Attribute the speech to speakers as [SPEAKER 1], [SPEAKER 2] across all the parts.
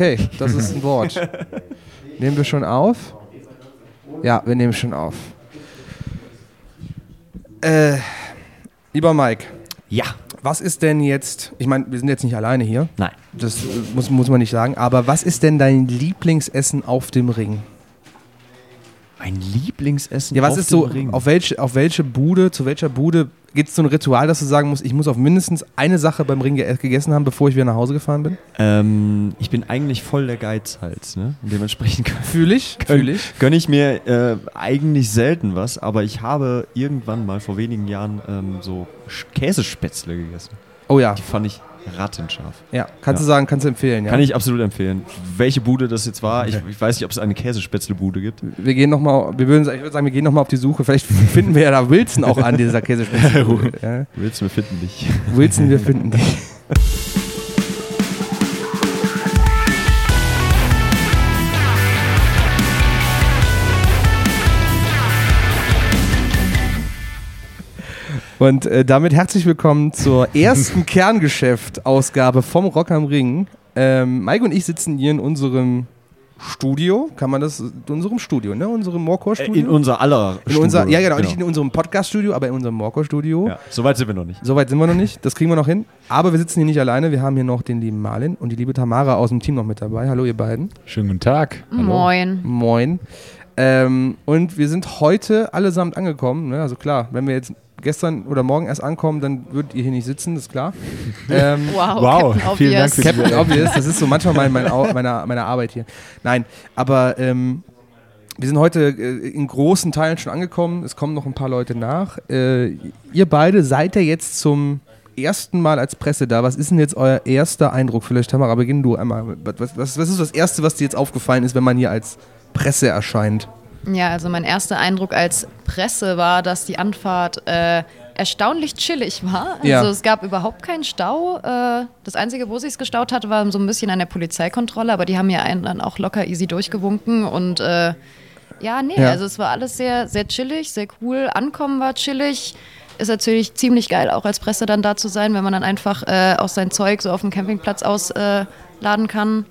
[SPEAKER 1] Okay, das ist ein Wort. Nehmen wir schon auf? Ja, wir nehmen schon auf. Äh, lieber Mike,
[SPEAKER 2] Ja,
[SPEAKER 1] was ist denn jetzt, ich meine, wir sind jetzt nicht alleine hier,
[SPEAKER 2] nein.
[SPEAKER 1] das äh, muss, muss man nicht sagen, aber was ist denn dein Lieblingsessen auf dem Ring?
[SPEAKER 2] Mein Lieblingsessen
[SPEAKER 1] Ja, was
[SPEAKER 2] auf
[SPEAKER 1] ist
[SPEAKER 2] dem
[SPEAKER 1] so,
[SPEAKER 2] Ring.
[SPEAKER 1] auf welche, auf welche Bude, zu welcher Bude gibt es so ein Ritual, dass du sagen musst, ich muss auf mindestens eine Sache beim Ring ge gegessen haben, bevor ich wieder nach Hause gefahren bin?
[SPEAKER 2] ähm, ich bin eigentlich voll der Geizhals, ne? Und dementsprechend gön-
[SPEAKER 1] Fühle ich, fühle
[SPEAKER 2] gönne
[SPEAKER 1] ich.
[SPEAKER 2] gönn ich mir äh, eigentlich selten was, aber ich habe irgendwann mal vor wenigen Jahren ähm, so Sch- Käsespätzle gegessen.
[SPEAKER 1] Oh ja,
[SPEAKER 2] Die fand ich rattenscharf.
[SPEAKER 1] ja. Kannst du sagen, kannst du empfehlen, ja.
[SPEAKER 2] Kann ich absolut empfehlen. Welche Bude das jetzt war, ich, ich weiß nicht, ob es eine Käsespätzle-Bude gibt.
[SPEAKER 1] Wir gehen noch mal, wir würden, ich würde sagen, wir gehen nochmal auf die Suche. Vielleicht finden wir ja da Wilson auch an, dieser Käsespätzle. ja.
[SPEAKER 2] Willst du, wir finden dich.
[SPEAKER 1] Wilson, wir finden dich. Und äh, damit herzlich willkommen zur ersten Kerngeschäft-Ausgabe vom Rock am Ring. Ähm, Mike und ich sitzen hier in unserem Studio, kann man das, in unserem Studio, ne? Unserem Morcor-Studio?
[SPEAKER 2] Äh, In unser aller
[SPEAKER 1] In unser,
[SPEAKER 2] Stube.
[SPEAKER 1] ja genau, nicht in unserem Podcast-Studio, aber in unserem Morcor-Studio.
[SPEAKER 2] ja, so weit sind wir noch nicht.
[SPEAKER 1] Soweit sind wir noch nicht. Das kriegen wir noch hin. Aber wir sitzen hier nicht alleine. Wir haben hier noch den lieben Marlin und die liebe Tamara aus dem Team noch mit dabei. Hallo, ihr beiden.
[SPEAKER 3] Schönen guten Tag.
[SPEAKER 4] Moin.
[SPEAKER 1] Moin. Ähm, und wir sind heute allesamt angekommen. Ne? Also klar, wenn wir jetzt gestern oder morgen erst ankommen, dann würdet ihr hier nicht sitzen, das ist klar. Ähm,
[SPEAKER 4] Wow,
[SPEAKER 3] Wow,
[SPEAKER 4] Captain
[SPEAKER 3] vielen
[SPEAKER 4] Obvious.
[SPEAKER 3] Dank für
[SPEAKER 1] Captain Obvious, das ist so manchmal mein, mein, Au- meine, meine Arbeit hier. Nein, aber ähm, wir sind heute äh, in großen Teilen schon angekommen. Es kommen noch ein paar Leute nach. Äh, ihr beide seid ja jetzt zum ersten Mal als Presse da. Was ist denn jetzt euer erster Eindruck? Vielleicht, Tamara, beginn du einmal. Was, was, was ist das Erste, was dir jetzt aufgefallen ist, wenn man hier als Presse erscheint?
[SPEAKER 4] Ja, also mein erster Eindruck als Presse war, dass die Anfahrt äh, erstaunlich chillig war. Also
[SPEAKER 1] Ja.
[SPEAKER 4] es gab überhaupt keinen Stau. Äh, das Einzige, wo sich es gestaut hat, war so ein bisschen an der Polizeikontrolle, aber die haben ja einen dann auch locker easy durchgewunken und äh, ja, nee,
[SPEAKER 1] Ja.
[SPEAKER 4] also es war alles sehr, sehr chillig, sehr cool. Ankommen war chillig. Ist natürlich ziemlich geil, auch als Presse dann da zu sein, wenn man dann einfach äh, auch sein Zeug so auf dem Campingplatz ausladen kann.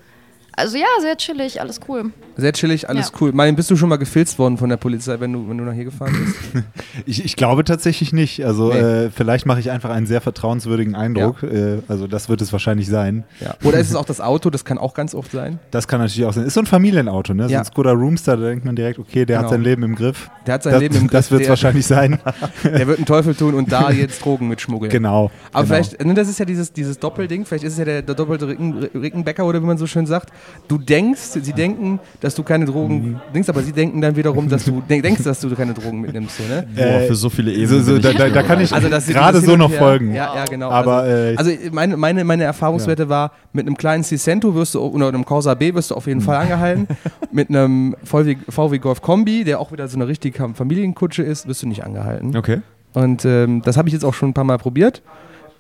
[SPEAKER 4] Also ja, sehr chillig, alles cool.
[SPEAKER 1] Sehr chillig, alles
[SPEAKER 4] Ja.
[SPEAKER 1] cool. Martin, bist du schon mal gefilzt worden von der Polizei, wenn du, wenn du nach hier gefahren bist?
[SPEAKER 3] Ich, ich glaube tatsächlich nicht. Also
[SPEAKER 1] Nee.
[SPEAKER 3] äh, vielleicht mache ich einfach einen sehr vertrauenswürdigen Eindruck. Äh, also das wird es wahrscheinlich sein.
[SPEAKER 1] Ja. Oder ist es auch das Auto? Das kann auch ganz oft sein.
[SPEAKER 3] Das kann natürlich auch sein. Ist so ein Familienauto, ne?
[SPEAKER 1] Ja.
[SPEAKER 3] So ein Skoda Roomster, da denkt man direkt, okay, der
[SPEAKER 1] Genau.
[SPEAKER 3] hat sein Leben im Griff.
[SPEAKER 1] Der hat sein
[SPEAKER 3] das
[SPEAKER 1] Leben im
[SPEAKER 3] das
[SPEAKER 1] Griff,
[SPEAKER 3] wird es
[SPEAKER 1] der-
[SPEAKER 3] wahrscheinlich sein.
[SPEAKER 1] Der wird einen Teufel tun und da jetzt Drogen mitschmuggeln.
[SPEAKER 3] genau.
[SPEAKER 1] Aber
[SPEAKER 3] genau.
[SPEAKER 1] vielleicht, ne, das ist ja dieses, dieses Doppelding, vielleicht ist es ja der, der doppelte Ricken, Rickenbacker oder wie man so schön sagt. Du denkst, sie denken, dass du keine Drogen
[SPEAKER 3] Mhm.
[SPEAKER 1] denkst, aber sie denken dann wiederum, dass du denk, denkst, dass du keine Drogen mitnimmst. So, ne? Also,
[SPEAKER 2] Boah,
[SPEAKER 3] Äh,
[SPEAKER 2] für so viele
[SPEAKER 3] so,
[SPEAKER 2] Ebenen.
[SPEAKER 3] so,
[SPEAKER 2] bin
[SPEAKER 3] da, da, da kann ich gerade
[SPEAKER 1] das
[SPEAKER 3] so
[SPEAKER 1] hin und
[SPEAKER 3] noch
[SPEAKER 1] her-
[SPEAKER 3] folgen.
[SPEAKER 1] Ja, ja, genau.
[SPEAKER 3] Aber, äh,
[SPEAKER 1] also, also meine, meine, meine Erfahrungswerte war, mit einem kleinen Cicento wirst du, oder einem Corsa B wirst du auf
[SPEAKER 3] Mhm.
[SPEAKER 1] jeden Fall angehalten. mit einem VW, VW Golf Kombi, der auch wieder so eine richtige Familienkutsche ist, wirst du nicht angehalten.
[SPEAKER 2] Okay.
[SPEAKER 1] Und ähm, das habe ich jetzt auch schon ein paar Mal probiert.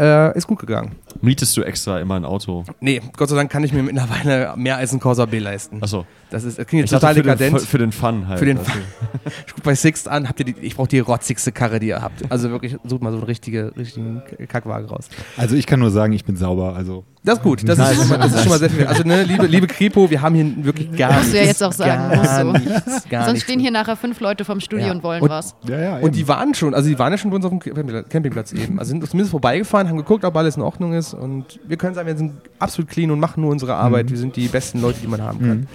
[SPEAKER 1] Äh, ist gut gegangen.
[SPEAKER 2] Mietest du extra immer ein Auto?
[SPEAKER 1] Nee, Gott sei Dank kann ich mir mittlerweile mehr als einen Corsa B leisten.
[SPEAKER 2] Achso.
[SPEAKER 1] Das ist das klingt
[SPEAKER 2] Also,
[SPEAKER 1] jetzt
[SPEAKER 2] Ich
[SPEAKER 1] total
[SPEAKER 2] dachte, für
[SPEAKER 1] dekadent.
[SPEAKER 2] Den, für den Fun halt.
[SPEAKER 1] Für den
[SPEAKER 2] Also,
[SPEAKER 1] Fun. ich guck bei Sixt an, habt ihr die, ich brauche die rotzigste Karre, die ihr habt. Also wirklich, sucht mal so einen richtige, richtigen Kackwagen raus.
[SPEAKER 3] also ich kann nur sagen, ich bin sauber. Also
[SPEAKER 1] Das ist gut, das,
[SPEAKER 3] Nice.
[SPEAKER 1] ist, schon mal, das ist schon mal sehr viel. Also ne, liebe, liebe Kripo, wir haben hier wirklich gar nichts.
[SPEAKER 4] Musst du ja jetzt auch sagen,
[SPEAKER 1] gar
[SPEAKER 4] musst du.
[SPEAKER 1] nichts, gar
[SPEAKER 4] Sonst
[SPEAKER 1] nichts.
[SPEAKER 4] stehen hier nachher fünf Leute vom Studio
[SPEAKER 1] Ja.
[SPEAKER 4] und wollen
[SPEAKER 1] Und-
[SPEAKER 4] was.
[SPEAKER 3] ja, ja.
[SPEAKER 1] Und
[SPEAKER 3] eben.
[SPEAKER 1] die waren schon, also die waren ja schon bei uns auf dem Campingpla- Campingplatz eben. Also sind zumindest vorbeigefahren, haben geguckt, ob alles in Ordnung ist. Und wir können sagen, wir sind absolut clean und machen nur unsere Arbeit. Wir sind die besten Leute, die man haben kann.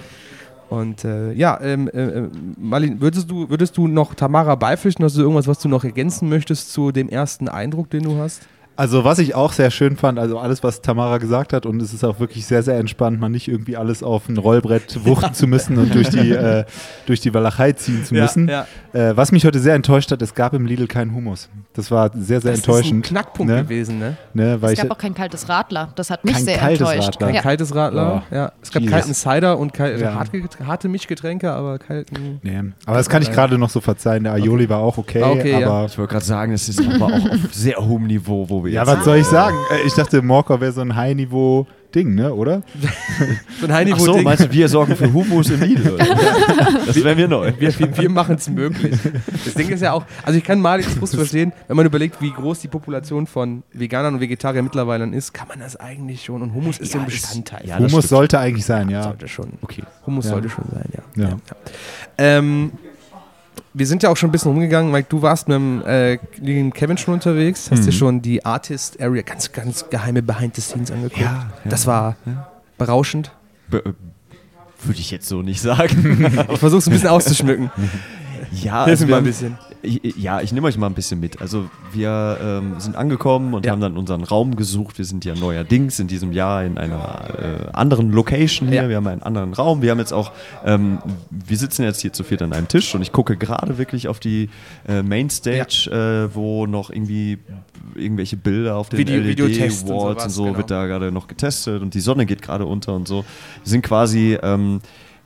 [SPEAKER 1] Und äh, ja, ähm, äh, äh, Marlin, würdest du, würdest du noch Tamara beipflichten? Hast du irgendwas, was du noch ergänzen möchtest zu dem ersten Eindruck, den du hast?
[SPEAKER 3] Also was ich auch sehr schön fand, also alles, was Tamara gesagt hat, und es ist auch wirklich sehr, sehr entspannt, mal nicht irgendwie alles auf ein Rollbrett wuchten zu müssen und durch die, äh, durch die Walachei ziehen zu
[SPEAKER 1] Ja,
[SPEAKER 3] müssen.
[SPEAKER 1] ja.
[SPEAKER 3] Äh, was mich heute sehr enttäuscht hat, es gab im Lidl keinen Hummus. Das war sehr, sehr
[SPEAKER 1] ist ein
[SPEAKER 3] enttäuschend.
[SPEAKER 1] Knackpunkt
[SPEAKER 3] ne?
[SPEAKER 1] gewesen, ne?
[SPEAKER 3] Ne, weil
[SPEAKER 4] Es
[SPEAKER 3] ich,
[SPEAKER 4] gab auch kein kaltes Radler. Das hat mich
[SPEAKER 3] Kein
[SPEAKER 4] sehr
[SPEAKER 3] kaltes
[SPEAKER 4] enttäuscht.
[SPEAKER 3] Radler.
[SPEAKER 1] Ein
[SPEAKER 4] Ja.
[SPEAKER 1] kaltes Radler, ja. Es gab
[SPEAKER 3] Jesus.
[SPEAKER 1] kalten Cider und kal
[SPEAKER 3] Ja.
[SPEAKER 1] harte, Get- harte Mischgetränke, aber kalten.
[SPEAKER 3] nee. Aber das kann ich gerade noch so verzeihen. Der Aioli war auch okay,
[SPEAKER 1] Ah, okay, ja.
[SPEAKER 3] aber
[SPEAKER 2] Ich wollte gerade sagen, das ist aber auch auf sehr hohem Niveau, wo Mobi
[SPEAKER 3] Ja,
[SPEAKER 2] jetzt.
[SPEAKER 3] was soll ich sagen? Äh, Ich dachte, Morkor wäre so ein High-Niveau-Ding, ne, oder?
[SPEAKER 1] So ein Heini
[SPEAKER 2] Ach so, meinst du, wir sorgen für Humus im Lidl? oder? Das wären wir neu.
[SPEAKER 1] Wir, wir, wir machen es möglich. Das Ding ist ja auch, also ich kann Maliks Frust verstehen, wenn man überlegt, wie groß die Population von Veganern und Vegetariern mittlerweile ist, kann man das eigentlich schon. Und Hummus ist so ein Bestandteil.
[SPEAKER 2] ja, das
[SPEAKER 3] Humus
[SPEAKER 2] stimmt.
[SPEAKER 3] sollte eigentlich sein, ja.
[SPEAKER 1] sollte schon.
[SPEAKER 2] Okay.
[SPEAKER 1] Hummus
[SPEAKER 3] Ja.
[SPEAKER 1] sollte schon sein, ja.
[SPEAKER 3] Ja.
[SPEAKER 1] Ähm, wir sind ja auch schon ein bisschen rumgegangen, Mike, du warst mit dem äh, lieben Kevin schon unterwegs, hast dir
[SPEAKER 2] Mhm.
[SPEAKER 1] schon die Artist Area ganz, ganz geheime Behind the Scenes angeguckt.
[SPEAKER 2] Ja, ja.
[SPEAKER 1] das war berauschend.
[SPEAKER 2] B- äh, Würde ich jetzt so nicht sagen.
[SPEAKER 1] Ich versuche es ein bisschen auszuschmücken.
[SPEAKER 2] ja, also
[SPEAKER 1] Hilf mir
[SPEAKER 2] wir
[SPEAKER 1] mal ein
[SPEAKER 2] haben-
[SPEAKER 1] bisschen.
[SPEAKER 2] Ich- ich- Ja, ich nehme euch mal ein bisschen mit. Also wir ähm, sind angekommen und
[SPEAKER 1] Ja.
[SPEAKER 2] haben dann unseren Raum gesucht. Wir sind ja neuerdings in diesem Jahr in einer äh, anderen Location hier.
[SPEAKER 1] Ja.
[SPEAKER 2] Wir haben einen anderen Raum. Wir haben jetzt auch, ähm, wir sitzen jetzt hier zu viert an einem Tisch und ich gucke gerade wirklich auf die äh, Mainstage, äh, wo noch irgendwie irgendwelche Bilder auf den
[SPEAKER 1] Video-
[SPEAKER 2] LED-Walls
[SPEAKER 1] Videotests
[SPEAKER 2] und
[SPEAKER 1] und
[SPEAKER 2] so,
[SPEAKER 1] sowas, genau.
[SPEAKER 2] wird da gerade noch getestet und die Sonne geht gerade unter und so. Wir sind quasi... Ähm,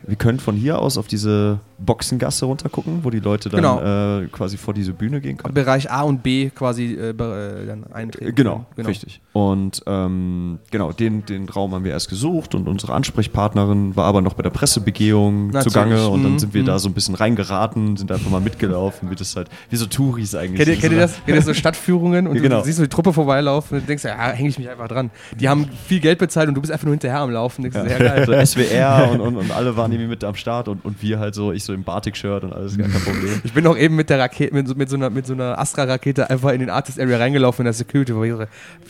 [SPEAKER 2] wir können von hier aus auf diese Boxengasse runtergucken, wo die Leute dann
[SPEAKER 1] Genau.
[SPEAKER 2] äh, quasi vor diese Bühne gehen können.
[SPEAKER 1] Bereich A und B quasi äh, be- äh, dann eintreten.
[SPEAKER 2] Genau, richtig. Und ähm, genau, den, den Raum haben wir erst gesucht und unsere Ansprechpartnerin war aber noch bei der Pressebegehung
[SPEAKER 1] Natürlich.
[SPEAKER 2] zugange und dann
[SPEAKER 1] Mhm,
[SPEAKER 2] sind wir
[SPEAKER 1] mhm.
[SPEAKER 2] da so ein bisschen reingeraten, sind einfach mal mitgelaufen, wie das halt, wie so Touris eigentlich.
[SPEAKER 1] Kennt ihr, kennt ihr das?
[SPEAKER 2] sind.
[SPEAKER 1] Kennt ihr so Stadtführungen und
[SPEAKER 2] Genau.
[SPEAKER 1] du siehst so die Truppe vorbeilaufen und denkst, ja, hänge ich mich einfach dran. Die haben viel Geld bezahlt und du bist einfach nur hinterher am Laufen. Denkst, sehr geil.
[SPEAKER 2] So SWR und, und, und alle waren irgendwie mit am Start und, und wir halt so, ich so im Batik-Shirt und alles, gar kein Problem.
[SPEAKER 1] Ich bin auch eben mit der Rakete, mit, so- mit so einer, mit so einer Astra-Rakete einfach in den Artist Area reingelaufen in der Security, weil ich so,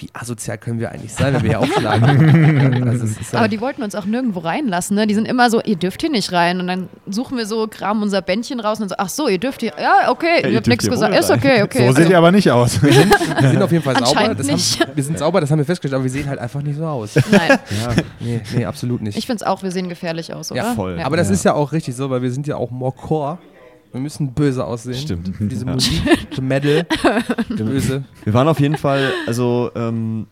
[SPEAKER 1] wie asozial können wir eigentlich sein, wenn wir hier aufschlagen. also, es ist halt-
[SPEAKER 4] Aber die wollten uns auch nirgendwo reinlassen, ne? Die sind immer so, ihr dürft hier nicht rein. Und dann suchen wir so, kramen unser Bändchen raus und dann so, ach so, ihr dürft hier, ja, okay,
[SPEAKER 2] ihr
[SPEAKER 4] ihr habt
[SPEAKER 2] dürft
[SPEAKER 4] nichts
[SPEAKER 2] hier
[SPEAKER 4] gesagt,
[SPEAKER 2] wohl
[SPEAKER 4] ist
[SPEAKER 2] rein.
[SPEAKER 4] okay, okay. Also,
[SPEAKER 3] So
[SPEAKER 1] also
[SPEAKER 3] seht ihr aber nicht aus.
[SPEAKER 1] wir sind auf jeden Fall sauber.
[SPEAKER 4] Anscheinend
[SPEAKER 1] Das haben,
[SPEAKER 4] nicht.
[SPEAKER 1] wir sind sauber, das haben wir festgestellt, aber wir sehen halt einfach nicht so aus.
[SPEAKER 4] Nein,
[SPEAKER 1] Nee, nee absolut nicht.
[SPEAKER 4] ich find's auch, wir sehen gefährlich aus, oder?
[SPEAKER 1] Ja,
[SPEAKER 2] voll.
[SPEAKER 1] aber das
[SPEAKER 2] Ja.
[SPEAKER 1] ist ja auch richtig so, weil wir sind ja auch Morkor. Wir müssen böse aussehen.
[SPEAKER 2] Stimmt.
[SPEAKER 1] Diese
[SPEAKER 2] Ja.
[SPEAKER 1] Musik, Metal, böse.
[SPEAKER 2] Wir waren auf jeden Fall, also ähm,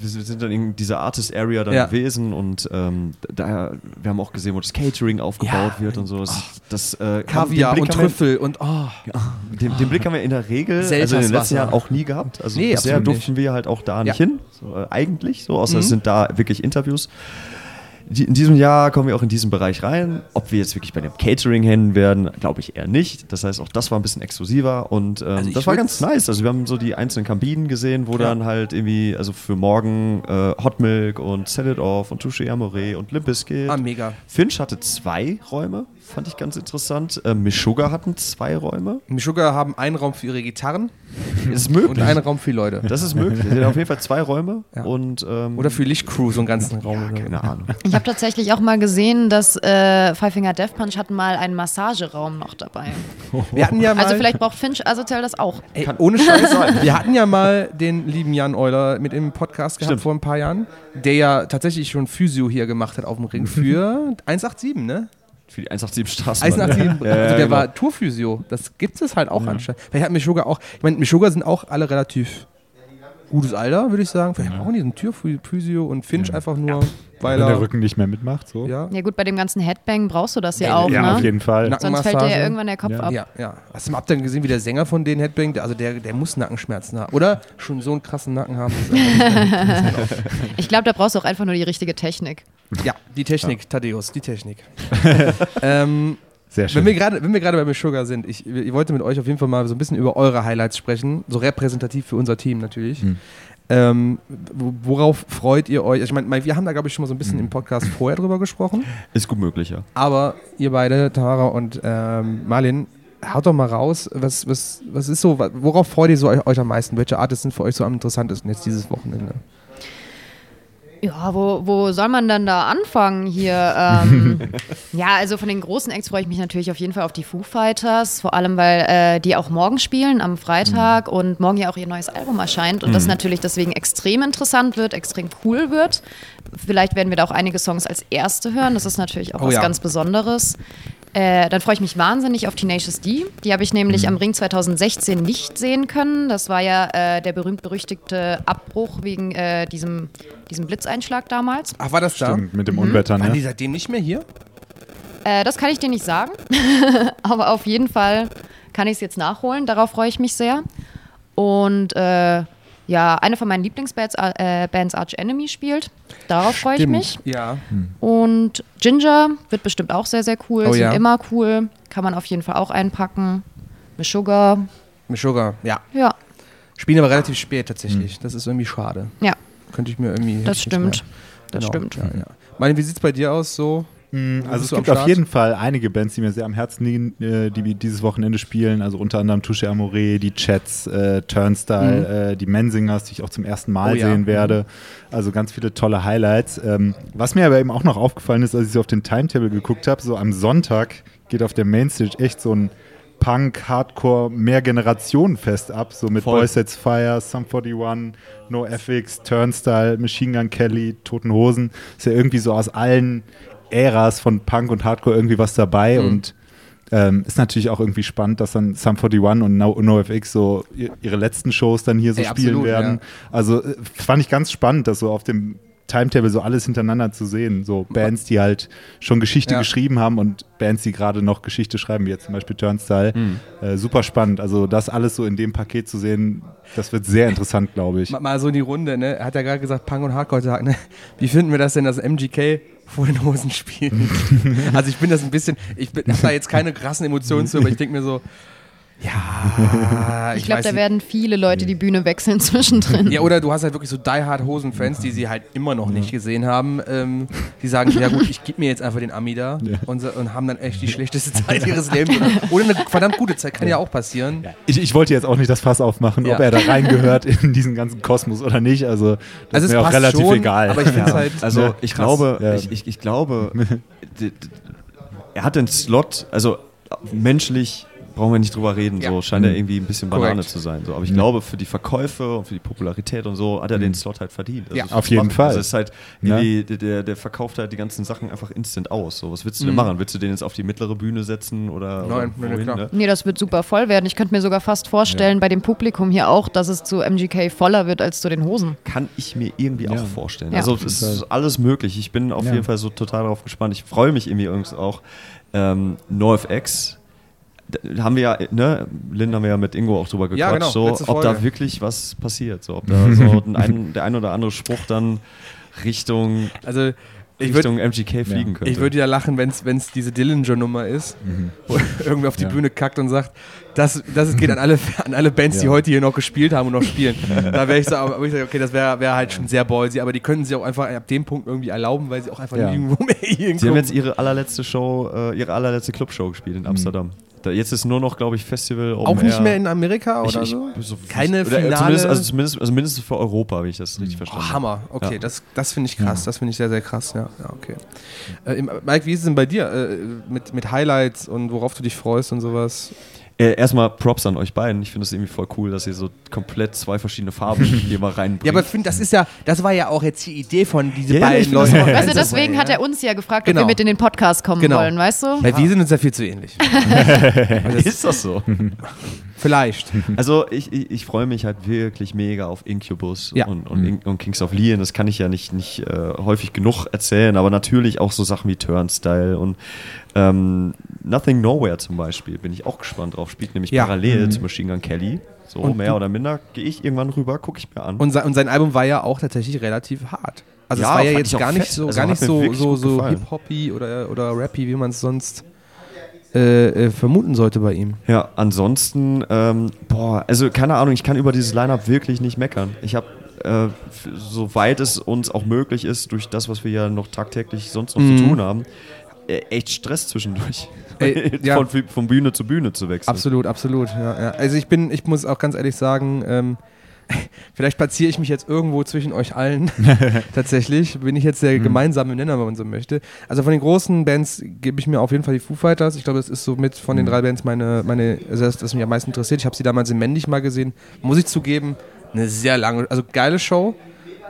[SPEAKER 2] wir sind dann in dieser Artist Area dann
[SPEAKER 1] Ja.
[SPEAKER 2] gewesen und ähm, da, wir haben auch gesehen, wo das Catering aufgebaut
[SPEAKER 1] Ja.
[SPEAKER 2] wird und so. Das, das, äh,
[SPEAKER 1] Kaviar
[SPEAKER 2] den
[SPEAKER 1] und
[SPEAKER 2] Blick haben
[SPEAKER 1] Trüffel und oh.
[SPEAKER 2] Wir, den, den Blick haben wir in der Regel, also in den letzten
[SPEAKER 1] Selterswasser.
[SPEAKER 2] Jahren auch nie gehabt. Also
[SPEAKER 1] Ah. Nee,
[SPEAKER 2] bisher
[SPEAKER 1] absolut
[SPEAKER 2] durften wir halt auch da nicht
[SPEAKER 1] Ja. Mhm.
[SPEAKER 2] hin, so, äh, eigentlich, so, außer es sind da wirklich Interviews. Die, in diesem Jahr kommen wir auch in diesen Bereich rein. Ob wir jetzt wirklich bei dem Catering hin werden, glaube ich eher nicht. Das heißt, auch das war ein bisschen exklusiver und ähm,
[SPEAKER 1] Also ich
[SPEAKER 2] das war
[SPEAKER 1] würd's-
[SPEAKER 2] ganz nice. Also wir haben so die einzelnen Kabinen gesehen, wo dann halt irgendwie, also für morgen äh, Hot Milk und Set It Off und Touche Amore und Limp Bizkit.
[SPEAKER 1] Ah, mega.
[SPEAKER 2] Finch hatte zwei Räume, fand ich ganz interessant. Äh, Meshuggah hatten zwei Räume.
[SPEAKER 1] Meshuggah haben einen Raum für ihre Gitarren
[SPEAKER 2] Ist möglich.
[SPEAKER 1] und einen Raum für die Leute.
[SPEAKER 2] das ist möglich. Wir haben auf jeden Fall zwei Räume
[SPEAKER 1] Ja.
[SPEAKER 2] und ähm,
[SPEAKER 1] Oder für Lichtcrew so einen ganzen Raum. ne? oder so.
[SPEAKER 2] keine Ahnung.
[SPEAKER 4] Ich habe tatsächlich auch mal gesehen, dass äh, Five Finger Death Punch hat mal einen Massageraum noch dabei.
[SPEAKER 1] Wir hatten ja mal,
[SPEAKER 4] Also vielleicht braucht Finch Asozial das auch.
[SPEAKER 1] ey, ohne Scheiß, wir hatten ja mal den lieben Jan Euler mit im Podcast gehabt
[SPEAKER 2] Stimmt.
[SPEAKER 1] vor ein paar Jahren, der ja tatsächlich schon Physio hier gemacht hat auf dem Ring für 187, ne?
[SPEAKER 2] Für die 187 Straßen.
[SPEAKER 1] 187,
[SPEAKER 2] Ja,
[SPEAKER 1] also
[SPEAKER 2] ja,
[SPEAKER 1] der
[SPEAKER 2] genau.
[SPEAKER 1] war Tourphysio. Das gibt es halt auch anscheinend. Vielleicht hat Meshuggah auch, ich meine, Meshuggah sind auch alle relativ gutes Alter, würde ich sagen. Vielleicht auch in diesem Tourphysio und Finch einfach nur, weil
[SPEAKER 3] Wenn der
[SPEAKER 1] er,
[SPEAKER 3] Rücken nicht mehr mitmacht, so.
[SPEAKER 1] genau. ja,
[SPEAKER 4] Ja gut, bei dem ganzen Headbang brauchst du das ja auch,
[SPEAKER 3] Ja,
[SPEAKER 4] ne?
[SPEAKER 3] auf jeden Fall.
[SPEAKER 1] Nacken-
[SPEAKER 4] Sonst fällt dir ja
[SPEAKER 1] Massage.
[SPEAKER 4] irgendwann der Kopf
[SPEAKER 3] Ja.
[SPEAKER 4] ab.
[SPEAKER 1] Ja, ja. Hast du mal ab dann gesehen, wie der Sänger von denen Headbang, also der, der muss Nackenschmerzen haben. Oder schon so einen krassen Nacken haben.
[SPEAKER 4] Ich glaube, da brauchst du auch einfach nur die richtige Technik.
[SPEAKER 1] ja, die Technik, Thaddeus, die Technik. ähm,
[SPEAKER 3] Sehr
[SPEAKER 1] wenn
[SPEAKER 3] schön.
[SPEAKER 1] wir gerade wenn wir gerade bei Meshuggah sind, ich, ich wollte mit euch auf jeden Fall mal so ein bisschen über eure Highlights sprechen, so repräsentativ für unser Team natürlich.
[SPEAKER 3] Hm.
[SPEAKER 1] Ähm, wo- worauf freut ihr euch? Ich meine, wir haben da glaube ich schon mal so ein
[SPEAKER 3] Hm.
[SPEAKER 1] bisschen im Podcast vorher drüber gesprochen.
[SPEAKER 2] Ist gut möglich, ja.
[SPEAKER 1] Aber ihr beide, Tamara und ähm, Marlin, haut doch mal raus, was, was, was ist so, wa- worauf freut ihr so eu- euch am meisten? Welche Artists sind für euch so am interessantesten jetzt dieses Wochenende?
[SPEAKER 4] Ja, wo, wo soll man dann da anfangen hier? Ähm, ja, also von den großen Acts freue ich mich natürlich auf jeden Fall auf die Foo Fighters, vor allem weil äh, die auch morgen spielen, am Freitag und morgen ja auch ihr neues Album erscheint und das natürlich deswegen extrem interessant wird, extrem cool wird. Vielleicht werden wir da auch einige Songs als erste hören, das ist natürlich auch
[SPEAKER 1] Oh
[SPEAKER 4] was
[SPEAKER 1] ja.
[SPEAKER 4] ganz Besonderes. Äh, dann freue ich mich wahnsinnig auf Tenacious D. Die habe ich nämlich
[SPEAKER 1] Mhm.
[SPEAKER 4] am Ring 2016 nicht sehen können. Das war ja äh, der berühmt-berüchtigte Abbruch wegen äh, diesem, diesem Blitzeinschlag damals.
[SPEAKER 1] Ach, war das
[SPEAKER 3] Stimmt, mit
[SPEAKER 1] Mhm.
[SPEAKER 3] dem Unwetter,
[SPEAKER 1] da? Waren die
[SPEAKER 3] ne?
[SPEAKER 1] seitdem nicht mehr hier?
[SPEAKER 4] Äh, das kann ich dir nicht sagen, aber auf jeden Fall kann ich es jetzt nachholen. Darauf freue ich mich sehr. Und äh, ja, eine von meinen Lieblingsbands, äh, Bands Arch Enemy spielt. Darauf freue ich
[SPEAKER 1] Stimmt.
[SPEAKER 4] mich.
[SPEAKER 1] Ja.
[SPEAKER 3] Hm.
[SPEAKER 4] Und Ginger wird bestimmt auch sehr, sehr cool.
[SPEAKER 1] Oh
[SPEAKER 4] Sind
[SPEAKER 1] ja.
[SPEAKER 4] immer cool. Kann man auf jeden Fall auch einpacken. Mit Sugar.
[SPEAKER 1] Meshuggah, ja.
[SPEAKER 4] Ja,
[SPEAKER 1] Spielen aber relativ spät
[SPEAKER 3] Hm.
[SPEAKER 1] tatsächlich. Das ist irgendwie schade.
[SPEAKER 4] ja,
[SPEAKER 1] Könnte ich mir irgendwie. hätte
[SPEAKER 4] das
[SPEAKER 1] ich nicht mehr-
[SPEAKER 4] stimmt. Das stimmt.
[SPEAKER 1] Ja, ja. Meine, wie sieht's bei dir aus so?
[SPEAKER 3] Also es
[SPEAKER 1] Bist du
[SPEAKER 3] gibt
[SPEAKER 1] am
[SPEAKER 3] auf
[SPEAKER 1] Start?
[SPEAKER 3] jeden Fall einige Bands, die mir sehr am Herzen liegen, äh, die wir dieses Wochenende spielen. Also unter anderem Touche Amore, die Chats, äh, Turnstyle, äh, die Mensingers, die ich auch zum ersten Mal
[SPEAKER 1] Mhm. Oh ja.
[SPEAKER 3] sehen werde. Also ganz viele tolle Highlights. Ähm, was mir aber eben auch noch aufgefallen ist, als ich so auf den Timetable geguckt habe, so am Sonntag geht auf der Mainstage echt so ein Punk, Hardcore, Mehrgenerationenfest ab, so mit
[SPEAKER 2] Voll.
[SPEAKER 3] Boy Sets Fire, Sum 41, No FX, Turnstyle, Machine Gun Kelly, Toten Hosen. Ist ja irgendwie so aus allen Äras von Punk und Hardcore irgendwie was dabei
[SPEAKER 1] Mhm.
[SPEAKER 3] und ähm, ist natürlich auch irgendwie spannend, dass dann Sum 41 und No, NoFX so i- ihre letzten Shows dann hier so
[SPEAKER 1] Ey,
[SPEAKER 3] spielen
[SPEAKER 1] absolut,
[SPEAKER 3] werden.
[SPEAKER 1] ja.
[SPEAKER 3] Also äh, fand ich ganz spannend, das so auf dem Timetable so alles hintereinander zu sehen. So Bands, die halt schon Geschichte
[SPEAKER 1] Ja.
[SPEAKER 3] geschrieben haben und Bands, die gerade noch Geschichte schreiben, wie jetzt zum Beispiel Turnstyle.
[SPEAKER 1] Hm.
[SPEAKER 3] Äh, super spannend. Also das alles so in dem Paket zu sehen, das wird sehr interessant, glaube ich.
[SPEAKER 1] Mal, mal so in die Runde, ne? Er hat ja gerade gesagt, Punk und Hardcore-Tag, ne? Wie finden wir das denn, dass MGK vor den Hosen spielt? also ich bin das ein bisschen, ich bin hab da jetzt keine krassen Emotionen zu, aber ich denke mir so, ja,
[SPEAKER 4] Ich glaube,
[SPEAKER 1] weiß
[SPEAKER 4] da
[SPEAKER 1] nicht.
[SPEAKER 4] werden viele Leute die Bühne wechseln zwischendrin.
[SPEAKER 1] Ja, oder du hast halt wirklich so Die-Hard-Hosen-Fans, die sie halt immer noch nicht gesehen haben, ähm, die sagen, ja gut, ich gebe mir jetzt einfach den Ami da und, so- und haben dann echt die schlechteste Zeit ihres Lebens. Oder, oder eine verdammt gute Zeit, kann ja auch passieren.
[SPEAKER 3] Ich, ich wollte jetzt auch nicht das Fass aufmachen,
[SPEAKER 1] Ja.
[SPEAKER 3] ob er da reingehört in diesen ganzen Kosmos oder nicht. Also das
[SPEAKER 1] Also
[SPEAKER 3] ist
[SPEAKER 1] es
[SPEAKER 3] mir auch
[SPEAKER 1] passt
[SPEAKER 3] relativ
[SPEAKER 1] schon,
[SPEAKER 3] egal.
[SPEAKER 1] aber ich find's halt-
[SPEAKER 2] Also
[SPEAKER 1] Ne,
[SPEAKER 2] ich
[SPEAKER 1] krass.
[SPEAKER 2] glaube,
[SPEAKER 3] Ja.
[SPEAKER 2] ich, ich, ich glaube, d- d- er hat den Slot, also menschlich brauchen wir nicht drüber reden,
[SPEAKER 1] Ja.
[SPEAKER 2] so scheint
[SPEAKER 3] Mhm.
[SPEAKER 2] er irgendwie ein bisschen
[SPEAKER 1] Korrekt.
[SPEAKER 2] Banane zu sein. So. Aber ich glaube, für die Verkäufe und für die Popularität und so hat er den Slot halt verdient. Also
[SPEAKER 1] Ja.
[SPEAKER 2] es
[SPEAKER 3] Mhm. Auf jeden
[SPEAKER 2] macht-
[SPEAKER 3] Fall.
[SPEAKER 2] Also es ist halt irgendwie, der- der, der verkauft halt die ganzen Sachen einfach instant aus. So, was willst du denn machen? Willst du den jetzt auf die mittlere Bühne setzen oder,
[SPEAKER 1] Mhm.
[SPEAKER 2] ne?
[SPEAKER 1] Nein,
[SPEAKER 2] oder
[SPEAKER 1] nein, klar.
[SPEAKER 4] Nee, das wird super voll werden. Ich könnte mir sogar fast vorstellen, bei dem Publikum hier auch, dass es zu MGK voller wird als zu den Hosen.
[SPEAKER 2] kann ich mir irgendwie
[SPEAKER 3] Ja.
[SPEAKER 2] auch vorstellen.
[SPEAKER 4] Ja.
[SPEAKER 2] Also es ist alles möglich. Ich bin auf
[SPEAKER 3] Ja.
[SPEAKER 2] jeden Fall so total darauf gespannt. Ich freue mich irgendwie übrigens auch. Ähm, NoFX da haben wir ja, ne, Lynn haben wir ja mit Ingo auch drüber
[SPEAKER 1] Ja, genau,
[SPEAKER 2] gequatscht, so,
[SPEAKER 1] letzte
[SPEAKER 2] ob da
[SPEAKER 1] Folge.
[SPEAKER 2] wirklich was passiert, so, ob da so ein- ein, der ein oder andere Spruch dann Richtung,
[SPEAKER 1] Also ich würde
[SPEAKER 2] Richtung MGK fliegen könnte.
[SPEAKER 1] Ich würde ja lachen, wenn es diese Dillinger-Nummer ist, wo irgendwer auf die
[SPEAKER 3] Mhm. Ja.
[SPEAKER 1] Bühne kackt und sagt, das, das geht an alle, an alle Bands, die
[SPEAKER 3] Ja.
[SPEAKER 1] heute hier noch gespielt haben und noch spielen. da wäre ich so, aber ich sag, okay, das wäre wär halt schon sehr ballsy, aber die können sich auch einfach ab dem Punkt irgendwie erlauben, weil sie auch einfach
[SPEAKER 3] Ja.
[SPEAKER 1] nirgendwo mehr hinkommen.
[SPEAKER 2] Sie haben jetzt ihre allerletzte Show, äh, ihre allerletzte Clubshow gespielt in Amsterdam. Da, jetzt ist nur noch, glaube ich, Festival
[SPEAKER 1] Mhm. auch
[SPEAKER 2] Open
[SPEAKER 1] nicht
[SPEAKER 2] Air.
[SPEAKER 1] mehr in Amerika
[SPEAKER 2] Ich-
[SPEAKER 1] oder
[SPEAKER 2] ich-
[SPEAKER 1] so?
[SPEAKER 2] so-
[SPEAKER 1] Keine
[SPEAKER 2] oder
[SPEAKER 1] finale-
[SPEAKER 2] Zumindest, also, zumindest, also mindestens für Europa, wenn ich das richtig verstanden
[SPEAKER 1] Oh,
[SPEAKER 2] habe.
[SPEAKER 1] Hammer, okay,
[SPEAKER 2] Ja.
[SPEAKER 1] das, das finde ich krass, das finde ich sehr, sehr krass, ja, ja okay. Äh, im- Mike, wie ist es denn bei dir äh, mit, mit Highlights und worauf du dich freust und sowas?
[SPEAKER 2] Äh, erstmal Props an euch beiden. Ich finde es irgendwie voll cool, dass ihr so komplett zwei verschiedene Farben hier mal reinbringt.
[SPEAKER 1] Ja, aber ich finde, das ist ja, das war ja auch jetzt die Idee von diesen
[SPEAKER 2] Ja, ja,
[SPEAKER 1] beiden
[SPEAKER 2] ich find das
[SPEAKER 1] Leuten.
[SPEAKER 2] auch-
[SPEAKER 4] Weißt du, Also deswegen hat er uns ja gefragt,
[SPEAKER 1] Genau.
[SPEAKER 4] ob wir mit in den Podcast kommen
[SPEAKER 1] Genau.
[SPEAKER 4] wollen, weißt du?
[SPEAKER 1] Weil wir sind uns ja viel zu ähnlich. Also
[SPEAKER 2] ist das so?
[SPEAKER 1] Vielleicht.
[SPEAKER 2] Also ich, ich, ich freue mich halt wirklich mega auf Incubus
[SPEAKER 1] Ja.
[SPEAKER 2] und, und, In- und Kings of Leon. Das kann ich ja nicht, nicht äh, häufig genug erzählen, aber natürlich auch so Sachen wie Turnstyle und ähm, Nothing Nowhere zum Beispiel. Bin ich auch gespannt drauf. Spielt nämlich
[SPEAKER 1] Ja. Mhm.
[SPEAKER 2] parallel zu Machine Gun Kelly. So
[SPEAKER 1] Und-
[SPEAKER 2] mehr oder minder gehe ich irgendwann rüber, gucke ich mir an.
[SPEAKER 1] Und, se und sein Album war ja auch tatsächlich relativ hart. Also
[SPEAKER 2] Ja,
[SPEAKER 1] es war ja
[SPEAKER 2] fand
[SPEAKER 1] jetzt
[SPEAKER 2] ich auch
[SPEAKER 1] gar nicht
[SPEAKER 2] fett.
[SPEAKER 1] so,
[SPEAKER 2] Also
[SPEAKER 1] gar
[SPEAKER 2] hat
[SPEAKER 1] nicht
[SPEAKER 2] mir
[SPEAKER 1] so,
[SPEAKER 2] wirklich
[SPEAKER 1] so,
[SPEAKER 2] gut
[SPEAKER 1] so
[SPEAKER 2] gefallen.
[SPEAKER 1] hip-hoppy oder, oder rappy, wie man es sonst äh, äh, vermuten sollte bei ihm.
[SPEAKER 2] Ja, ansonsten, ähm, boah, also keine Ahnung, ich kann über dieses Line-Up wirklich nicht meckern. Ich habe, äh, f- soweit es uns auch möglich ist, durch das, was wir ja noch tagtäglich sonst noch zu tun haben, äh, echt Stress zwischendurch.
[SPEAKER 1] Ey, ja.
[SPEAKER 2] von, Bü- von Bühne zu Bühne zu wechseln.
[SPEAKER 1] Absolut, absolut. Ja, ja. Also ich bin, ich muss auch ganz ehrlich sagen, ähm, vielleicht platziere ich mich jetzt irgendwo zwischen euch allen. Tatsächlich bin ich jetzt der gemeinsame Nenner, wenn man so möchte. Also von den großen Bands gebe ich mir auf jeden Fall die Foo Fighters. Ich glaube, das ist so mit von den drei Bands meine, meine also das, das mich am meisten interessiert. Ich habe sie damals in Männlich mal gesehen. Muss ich zugeben, eine sehr lange, also geile Show.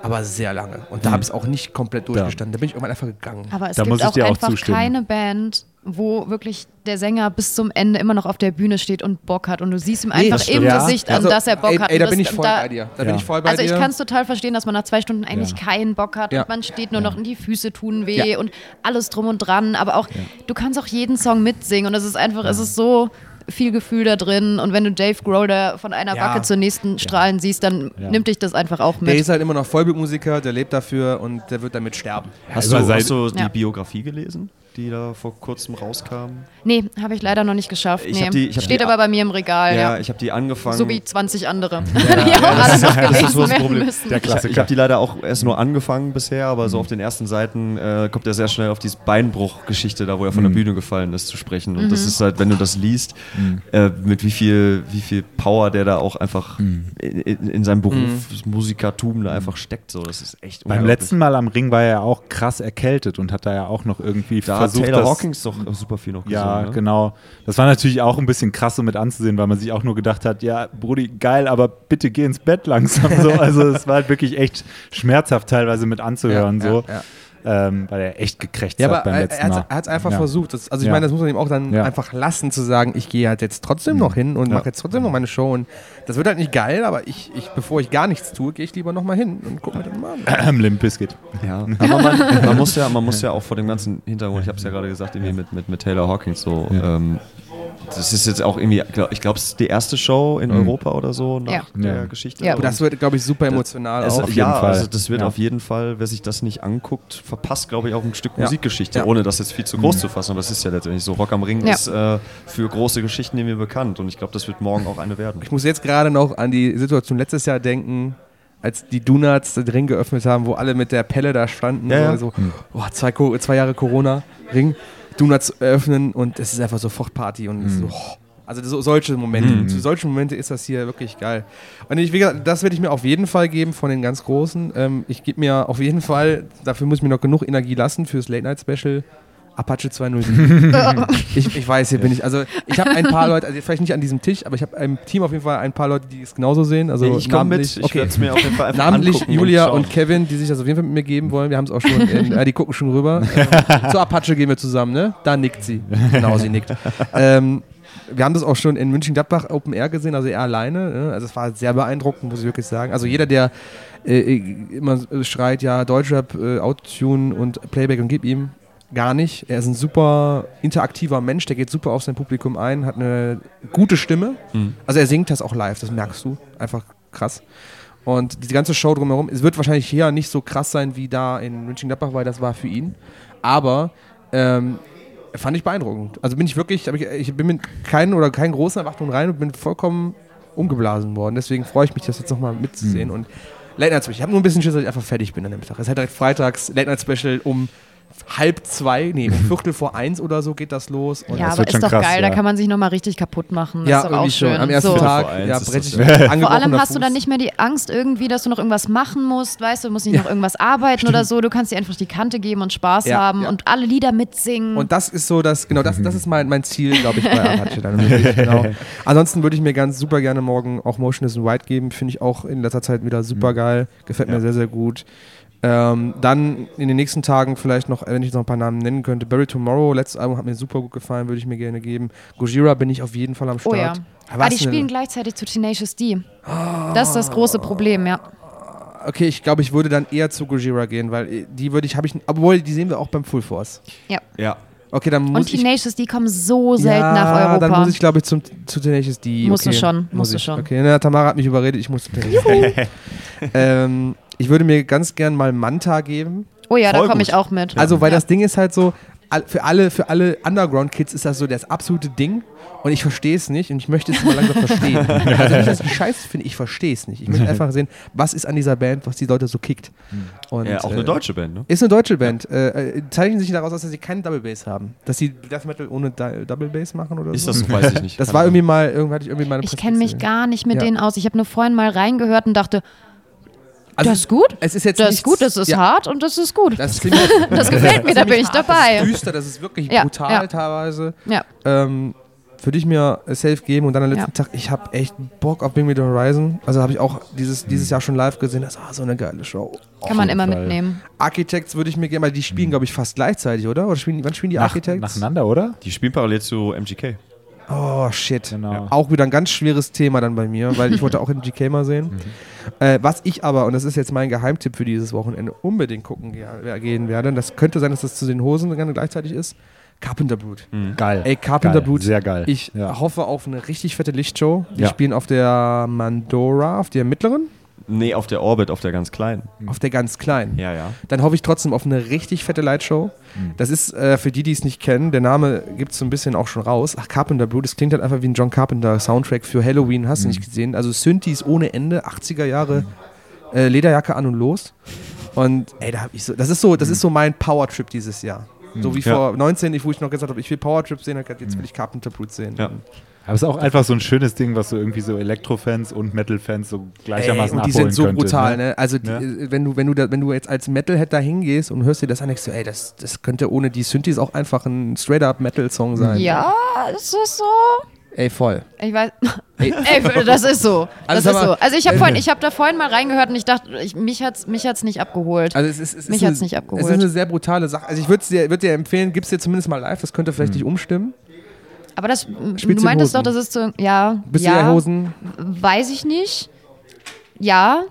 [SPEAKER 1] Aber sehr lange. Und da habe ich es auch nicht komplett durchgestanden. Da bin ich irgendwann einfach gegangen.
[SPEAKER 4] Aber es
[SPEAKER 3] Da
[SPEAKER 4] gibt
[SPEAKER 3] muss ich
[SPEAKER 4] auch
[SPEAKER 3] dir auch
[SPEAKER 4] einfach
[SPEAKER 3] zustimmen.
[SPEAKER 4] keine Band, wo wirklich der Sänger bis zum Ende immer noch auf der Bühne steht und Bock hat. Und du siehst ihm einfach
[SPEAKER 1] das
[SPEAKER 4] im
[SPEAKER 1] stimmt.
[SPEAKER 3] Ja.
[SPEAKER 4] Gesicht an,
[SPEAKER 1] Also,
[SPEAKER 4] dass er Bock
[SPEAKER 1] ey,
[SPEAKER 4] hat.
[SPEAKER 1] Ey, da
[SPEAKER 4] Und
[SPEAKER 1] bin
[SPEAKER 4] das-
[SPEAKER 1] ich voll
[SPEAKER 4] da-
[SPEAKER 1] bei dir. Da
[SPEAKER 3] Ja.
[SPEAKER 1] bin ich voll bei
[SPEAKER 4] Also
[SPEAKER 1] dir.
[SPEAKER 4] ich kann es total verstehen, dass man nach zwei Stunden eigentlich
[SPEAKER 3] Ja.
[SPEAKER 4] keinen Bock hat
[SPEAKER 1] Ja.
[SPEAKER 4] und man steht nur noch in die Füße tun weh
[SPEAKER 1] Ja.
[SPEAKER 4] und alles drum und dran. Aber auch, du kannst auch jeden Song mitsingen und es ist einfach, es ist so, viel Gefühl da drin. Und wenn du Dave Grohl da von einer
[SPEAKER 1] Ja.
[SPEAKER 4] Backe zur nächsten strahlen siehst, dann nimmt dich das einfach auch
[SPEAKER 1] Der
[SPEAKER 4] mit.
[SPEAKER 1] ist halt immer noch Vollblutmusiker, der lebt dafür und der wird damit sterben.
[SPEAKER 2] Hast,
[SPEAKER 3] über
[SPEAKER 2] du,
[SPEAKER 3] sein-
[SPEAKER 2] hast du die
[SPEAKER 4] Ja.
[SPEAKER 2] Biografie gelesen, die da vor kurzem rauskam?
[SPEAKER 4] Nee, habe ich leider noch nicht geschafft.
[SPEAKER 2] Ich
[SPEAKER 4] nee.
[SPEAKER 2] hab die- ich hab
[SPEAKER 4] Steht
[SPEAKER 2] die-
[SPEAKER 4] aber bei mir im Regal, Äh, ja.
[SPEAKER 2] Ja, ich habe die angefangen.
[SPEAKER 4] So wie 20 andere. die auch alle noch gelesen werden müssen.
[SPEAKER 3] Der
[SPEAKER 2] ich ich
[SPEAKER 3] Klassiker. Mhm.
[SPEAKER 2] habe die leider auch erst nur angefangen bisher, aber so auf den ersten Seiten äh, kommt er sehr schnell auf diese Beinbruch-Geschichte, da wo er von
[SPEAKER 3] Mhm.
[SPEAKER 2] der Bühne gefallen ist, zu sprechen. Und das ist halt, wenn du das liest,
[SPEAKER 3] Mhm.
[SPEAKER 2] äh, mit wie viel, wie viel Power der da auch einfach
[SPEAKER 3] Mhm.
[SPEAKER 2] in, in, in seinem Beruf Musikertum da einfach steckt. So, das ist echt
[SPEAKER 3] Beim
[SPEAKER 2] unglaublich.
[SPEAKER 3] letzten Mal am Ring war er ja auch krass erkältet und hat da ja auch noch irgendwie
[SPEAKER 2] da hat
[SPEAKER 3] versucht,
[SPEAKER 2] Taylor
[SPEAKER 3] das-
[SPEAKER 2] Hawkins doch super viel noch
[SPEAKER 3] Ja,
[SPEAKER 2] gesungen, ne?
[SPEAKER 3] genau. Das war natürlich auch ein bisschen krass, so mit anzusehen, weil man sich auch nur gedacht hat, ja, Brudi, geil, aber bitte geh ins Bett langsam. So. Also es war halt wirklich echt schmerzhaft teilweise mit anzuhören,
[SPEAKER 1] Ja,
[SPEAKER 3] so.
[SPEAKER 1] ja,
[SPEAKER 3] Ähm, weil er echt gekrächzt
[SPEAKER 1] Ja,
[SPEAKER 3] hat
[SPEAKER 1] aber
[SPEAKER 3] beim
[SPEAKER 1] er,
[SPEAKER 3] letzten
[SPEAKER 1] er
[SPEAKER 3] Mal.
[SPEAKER 1] hat es einfach
[SPEAKER 3] ja.
[SPEAKER 1] versucht. Das, also ich
[SPEAKER 3] Ja.
[SPEAKER 1] meine, das muss man ihm auch dann
[SPEAKER 3] Ja. Mhm.
[SPEAKER 1] einfach lassen, zu sagen, ich gehe halt jetzt trotzdem noch hin und
[SPEAKER 3] Ja.
[SPEAKER 1] mache jetzt trotzdem noch meine Show. Und das wird halt nicht geil, aber ich, ich bevor ich gar nichts tue, gehe ich lieber nochmal hin und gucke mir das mal an.
[SPEAKER 3] Ähm, Limp Bizkit.
[SPEAKER 2] Ja, aber man, man, muss ja, man muss ja auch vor dem ganzen Hintergrund, ich habe es ja gerade gesagt, irgendwie mit, mit, mit Taylor Hawkins so.
[SPEAKER 3] Ja.
[SPEAKER 2] Ähm, das ist jetzt auch irgendwie, glaub- ich glaube, es ist die erste Show in Europa oder so nach
[SPEAKER 4] Ja.
[SPEAKER 2] der
[SPEAKER 3] Ja.
[SPEAKER 2] Geschichte.
[SPEAKER 4] Ja.
[SPEAKER 2] Und
[SPEAKER 1] Mhm. Oh, Das wird, glaube ich, super emotional
[SPEAKER 2] es,
[SPEAKER 1] auch.
[SPEAKER 3] jeden
[SPEAKER 2] ja,
[SPEAKER 3] Fall.
[SPEAKER 2] also das wird
[SPEAKER 3] Ja.
[SPEAKER 2] auf jeden Fall, wer sich das nicht anguckt, verpasst, glaube ich, auch ein Stück
[SPEAKER 1] Ja.
[SPEAKER 2] Musikgeschichte,
[SPEAKER 1] Ja. Mhm.
[SPEAKER 2] ohne das jetzt viel zu groß zu fassen. Aber es ist ja letztendlich so, Rock am Ring
[SPEAKER 4] Ja.
[SPEAKER 2] ist äh, für große Geschichten irgendwie bekannt und ich glaube, das wird morgen auch eine werden.
[SPEAKER 1] Ich muss jetzt gerade noch an die Situation letztes Jahr denken, als die Donuts den Ring geöffnet haben, wo alle mit der Pelle da standen.
[SPEAKER 2] Ja,
[SPEAKER 1] so, so, boah, zwei, Co- zwei Jahre Corona, Ring, Donuts öffnen und es ist einfach sofort Party
[SPEAKER 2] Mhm.
[SPEAKER 1] und so. oh. Also so, solche Momente, zu solchen Momente ist das hier wirklich geil. Und ich, wie gesagt, das werde ich mir auf jeden Fall geben von den ganz Großen. Ähm, ich gebe mir auf jeden Fall, dafür muss ich mir noch genug Energie lassen fürs Late-Night-Special, Apache 207. Ich, ich weiß, hier bin ich. Also ich habe ein paar Leute, also vielleicht nicht an diesem Tisch, aber ich habe im Team auf jeden Fall ein paar Leute, die es genauso sehen. Also
[SPEAKER 2] ich komme mit,
[SPEAKER 1] namentlich-
[SPEAKER 2] ich
[SPEAKER 1] okay.
[SPEAKER 2] werde es mir auf jeden Fall einfach
[SPEAKER 1] Namentlich
[SPEAKER 2] angucken
[SPEAKER 1] Julia
[SPEAKER 2] schauen.
[SPEAKER 1] und, Kevin, die sich das auf jeden Fall mit mir geben wollen. Wir haben es auch schon, in, äh, die gucken schon rüber. Ähm, zur Apache gehen wir zusammen, ne? Da nickt sie. Genau, sie nickt. Ähm, wir haben das auch schon in München-Gladbach Open Air gesehen, also er alleine. Ne? Also es war sehr beeindruckend, muss ich wirklich sagen. Also jeder, der äh, immer schreit, ja, Deutschrap, äh, Autotune und Playback und gib ihm. Gar nicht. Er ist ein super interaktiver Mensch, der geht super auf sein Publikum ein, hat eine gute Stimme.
[SPEAKER 2] Mhm.
[SPEAKER 1] Also er singt das auch live, das merkst du. Einfach krass. Und diese ganze Show drumherum, es wird wahrscheinlich hier nicht so krass sein wie da in München-Gladbach, weil das war für ihn. Aber ähm, fand ich beeindruckend. Also bin ich wirklich, hab ich, ich bin mit keinen oder keinen großen Erwartungen rein und bin vollkommen umgeblasen worden. Deswegen freue ich mich, das jetzt nochmal mitzusehen.
[SPEAKER 2] Hm.
[SPEAKER 1] Und Late Night Special, ich habe nur ein bisschen Schiss, dass ich einfach fertig bin an dem Tag. Es hat direkt freitags Late Night Special um halb zwei, nee, um Viertel vor eins oder so geht das los. Und
[SPEAKER 4] Ja,
[SPEAKER 3] Das
[SPEAKER 4] aber
[SPEAKER 3] wird
[SPEAKER 4] ist
[SPEAKER 3] schon
[SPEAKER 4] doch
[SPEAKER 3] krass,
[SPEAKER 4] geil,
[SPEAKER 3] ja.
[SPEAKER 4] da kann man sich nochmal richtig kaputt machen. Das
[SPEAKER 1] ja,
[SPEAKER 4] ist doch auch
[SPEAKER 1] irgendwie schon.
[SPEAKER 4] schön.
[SPEAKER 1] Am ersten
[SPEAKER 4] so.
[SPEAKER 1] Tag,
[SPEAKER 2] Vor eins
[SPEAKER 1] ja,
[SPEAKER 2] ist
[SPEAKER 1] brech
[SPEAKER 2] das
[SPEAKER 1] ich
[SPEAKER 2] ja.
[SPEAKER 4] Vor allem
[SPEAKER 1] angebrochener
[SPEAKER 4] hast du dann
[SPEAKER 1] Fuß.
[SPEAKER 4] nicht mehr die Angst irgendwie, dass du noch irgendwas machen musst, weißt du, du musst nicht noch irgendwas arbeiten oder so, du kannst dir einfach die Kante geben und Spaß
[SPEAKER 1] Ja,
[SPEAKER 4] haben
[SPEAKER 1] ja.
[SPEAKER 4] und alle Lieder mitsingen.
[SPEAKER 1] Und das ist so das, genau, das, das ist mein, mein Ziel, glaube ich, bei Apache dann. wirklich, genau. Ansonsten würde ich mir ganz super gerne morgen auch Motion is in White geben. Finde ich auch in letzter Zeit wieder
[SPEAKER 4] Mhm.
[SPEAKER 1] super geil. Gefällt mir sehr, sehr gut. Ähm, dann in den nächsten Tagen vielleicht noch, wenn ich noch ein paar Namen nennen könnte, Barry Tomorrow, letztes Album hat mir super gut gefallen, würde ich mir gerne geben. Gojira bin ich auf jeden Fall am
[SPEAKER 4] oh
[SPEAKER 1] Start.
[SPEAKER 4] ja.
[SPEAKER 1] Was
[SPEAKER 4] Ah, die
[SPEAKER 1] denn? Oh.
[SPEAKER 4] spielen gleichzeitig zu Tenacious D. Das ist das große Problem, ja.
[SPEAKER 1] Okay, ich glaube, ich würde dann eher zu Gojira gehen, weil äh, die würde ich, habe ich, obwohl die sehen wir auch beim Full Force.
[SPEAKER 4] ja.
[SPEAKER 2] ja.
[SPEAKER 1] Okay, dann muss
[SPEAKER 4] Und
[SPEAKER 1] ich
[SPEAKER 4] Tenacious D kommen so selten
[SPEAKER 1] ja,
[SPEAKER 4] nach Europa.
[SPEAKER 1] dann muss ich, glaube ich, zum, zu Tenacious D.
[SPEAKER 4] Musst du
[SPEAKER 1] okay.
[SPEAKER 4] schon,
[SPEAKER 1] Muss
[SPEAKER 4] musst du
[SPEAKER 1] ich.
[SPEAKER 4] schon.
[SPEAKER 1] Okay, na, Tamara hat mich überredet, ich muss zu Tenacious D. ähm, ich würde mir ganz gern mal Manta geben.
[SPEAKER 4] oh ja, da
[SPEAKER 2] Voll
[SPEAKER 4] komme
[SPEAKER 2] gut.
[SPEAKER 4] ich auch mit.
[SPEAKER 1] Also, weil
[SPEAKER 4] ja.
[SPEAKER 1] das Ding ist halt so, all- für alle, für alle Underground-Kids ist das so das absolute Ding und ich verstehe es nicht und ich möchte es mal langsam verstehen. Also nicht, dass ich scheiße finde, ich verstehe es nicht. Ich möchte einfach sehen, was ist an dieser Band, was die Leute so kickt. Und,
[SPEAKER 2] Hm. ja, auch
[SPEAKER 1] äh,
[SPEAKER 2] eine deutsche Band, ne?
[SPEAKER 1] ist eine deutsche Band. Äh, äh, zeichnen sich daraus aus, dass sie keinen Double Bass haben. Dass sie Death Metal ohne Di- Double Bass machen oder
[SPEAKER 2] Ist
[SPEAKER 1] so.
[SPEAKER 2] das so? Weiß ich nicht.
[SPEAKER 1] Das
[SPEAKER 2] Keine
[SPEAKER 1] war
[SPEAKER 2] Ahnung.
[SPEAKER 1] irgendwie mal, irgendwie hatte ich irgendwie mal eine
[SPEAKER 4] ich kenne mich
[SPEAKER 1] Präsentation.
[SPEAKER 4] gar nicht mit
[SPEAKER 1] Ja.
[SPEAKER 4] denen aus. Ich habe nur vorhin mal reingehört und dachte,
[SPEAKER 1] Also
[SPEAKER 4] das ist gut.
[SPEAKER 1] Es ist jetzt
[SPEAKER 4] Das
[SPEAKER 1] nichts-
[SPEAKER 4] ist gut, das ist
[SPEAKER 1] ja,
[SPEAKER 4] hart und das ist gut.
[SPEAKER 1] Das, ist ziemlich,
[SPEAKER 4] Das gefällt mir, da bin ich
[SPEAKER 1] Das
[SPEAKER 4] dabei.
[SPEAKER 1] ist düster, das ist wirklich
[SPEAKER 4] Ja,
[SPEAKER 1] brutal
[SPEAKER 4] ja.
[SPEAKER 1] teilweise.
[SPEAKER 4] Ja,
[SPEAKER 1] Ähm, würde ich mir safe geben und dann am letzten Tag, ich habe echt Bock auf Bring Me the Horizon. Also habe ich auch
[SPEAKER 3] Mhm.
[SPEAKER 1] dieses, dieses Jahr schon live gesehen. Das war so eine geile Show.
[SPEAKER 4] kann man
[SPEAKER 3] jeden
[SPEAKER 4] immer
[SPEAKER 3] Fall.
[SPEAKER 4] mitnehmen.
[SPEAKER 1] Architects würde ich mir gerne, weil die spielen, glaube ich, fast gleichzeitig, oder? oder spielen, wann spielen die
[SPEAKER 3] Mhm. Nach,
[SPEAKER 1] Architects?
[SPEAKER 3] nacheinander, oder?
[SPEAKER 2] Die spielen parallel zu MGK.
[SPEAKER 1] Oh shit.
[SPEAKER 3] Genau.
[SPEAKER 1] Ja. Auch wieder ein ganz schweres Thema dann bei mir, weil ich wollte auch in GK mal sehen.
[SPEAKER 3] Mhm.
[SPEAKER 1] Äh, was ich aber, und das ist jetzt mein Geheimtipp für dieses Wochenende, unbedingt gucken ge- gehen werde, und das könnte sein, dass das zu den Hosen gerne gleichzeitig ist. Carpenter Brut.
[SPEAKER 3] Geil.
[SPEAKER 1] Ey, Carpenter
[SPEAKER 3] Mhm. geil.
[SPEAKER 1] Brut.
[SPEAKER 3] Sehr geil.
[SPEAKER 1] Ich
[SPEAKER 3] ja.
[SPEAKER 1] hoffe auf eine richtig fette Lichtshow. Die
[SPEAKER 2] Ja.
[SPEAKER 1] spielen auf der Mandora, auf der mittleren,
[SPEAKER 2] Nee, auf der Orbit, auf der ganz kleinen.
[SPEAKER 3] Mhm.
[SPEAKER 1] auf der ganz kleinen.
[SPEAKER 2] Ja, ja. Hm.
[SPEAKER 1] Dann hoffe ich trotzdem auf eine richtig fette Lightshow. Das ist äh, für die, die es nicht kennen, der Name gibt es so ein bisschen auch schon raus. Ach, Carpenter Blue, das klingt halt einfach wie ein John Carpenter Soundtrack für Halloween, hast du
[SPEAKER 2] Hm.
[SPEAKER 1] nicht gesehen. Also Synthes ohne Ende, 80er Jahre, äh, Lederjacke an und los. Und ey, da hab ich so, das ist so, das ist so mein Powertrip dieses Jahr. So wie
[SPEAKER 2] Hm. Ja. Hm.
[SPEAKER 1] vor 19, wo ich noch gesagt habe, ich will Powertrips sehen, dann hab ich gesagt, jetzt will ich Carpenter Brut sehen.
[SPEAKER 2] Ja.
[SPEAKER 3] Aber es ist auch einfach so ein schönes Ding, was so irgendwie so Elektro-Fans und Metal-Fans so gleichermaßen
[SPEAKER 1] Ey, und die
[SPEAKER 3] abholen
[SPEAKER 1] sind so
[SPEAKER 3] könnte,
[SPEAKER 1] brutal, ne? Also die,
[SPEAKER 3] Ja.
[SPEAKER 1] äh, wenn du wenn du da, wenn du jetzt als Metalhead da hingehst und hörst dir das an, denkst du, ey, das, das könnte ohne die Synthes auch einfach ein straight up Metal Song sein.
[SPEAKER 4] Ja, es ist so.
[SPEAKER 1] Ey, voll.
[SPEAKER 4] Ich weiß. Ey, das ist so. Das
[SPEAKER 1] Also,
[SPEAKER 4] ist
[SPEAKER 1] sag
[SPEAKER 4] so.
[SPEAKER 1] mal-
[SPEAKER 4] Also ich habe vorhin, ich habe da vorhin mal reingehört und ich dachte, ich, mich hat's, mich hat's nicht abgeholt.
[SPEAKER 1] Also es ist, es
[SPEAKER 4] Mich
[SPEAKER 1] ist eine-
[SPEAKER 4] hat's nicht abgeholt.
[SPEAKER 1] Es ist eine sehr brutale Sache. Also ich würde dir, würd dir empfehlen, gib's dir zumindest mal live, das könnte vielleicht nicht umstimmen.
[SPEAKER 4] Aber das, m,
[SPEAKER 1] Spielst
[SPEAKER 4] du
[SPEAKER 1] du in
[SPEAKER 4] meintest doch,
[SPEAKER 1] Hosen?
[SPEAKER 4] das ist so, ja,
[SPEAKER 1] Bist du
[SPEAKER 4] ja,
[SPEAKER 1] ja Hosen?
[SPEAKER 4] weiß ich nicht. Ja,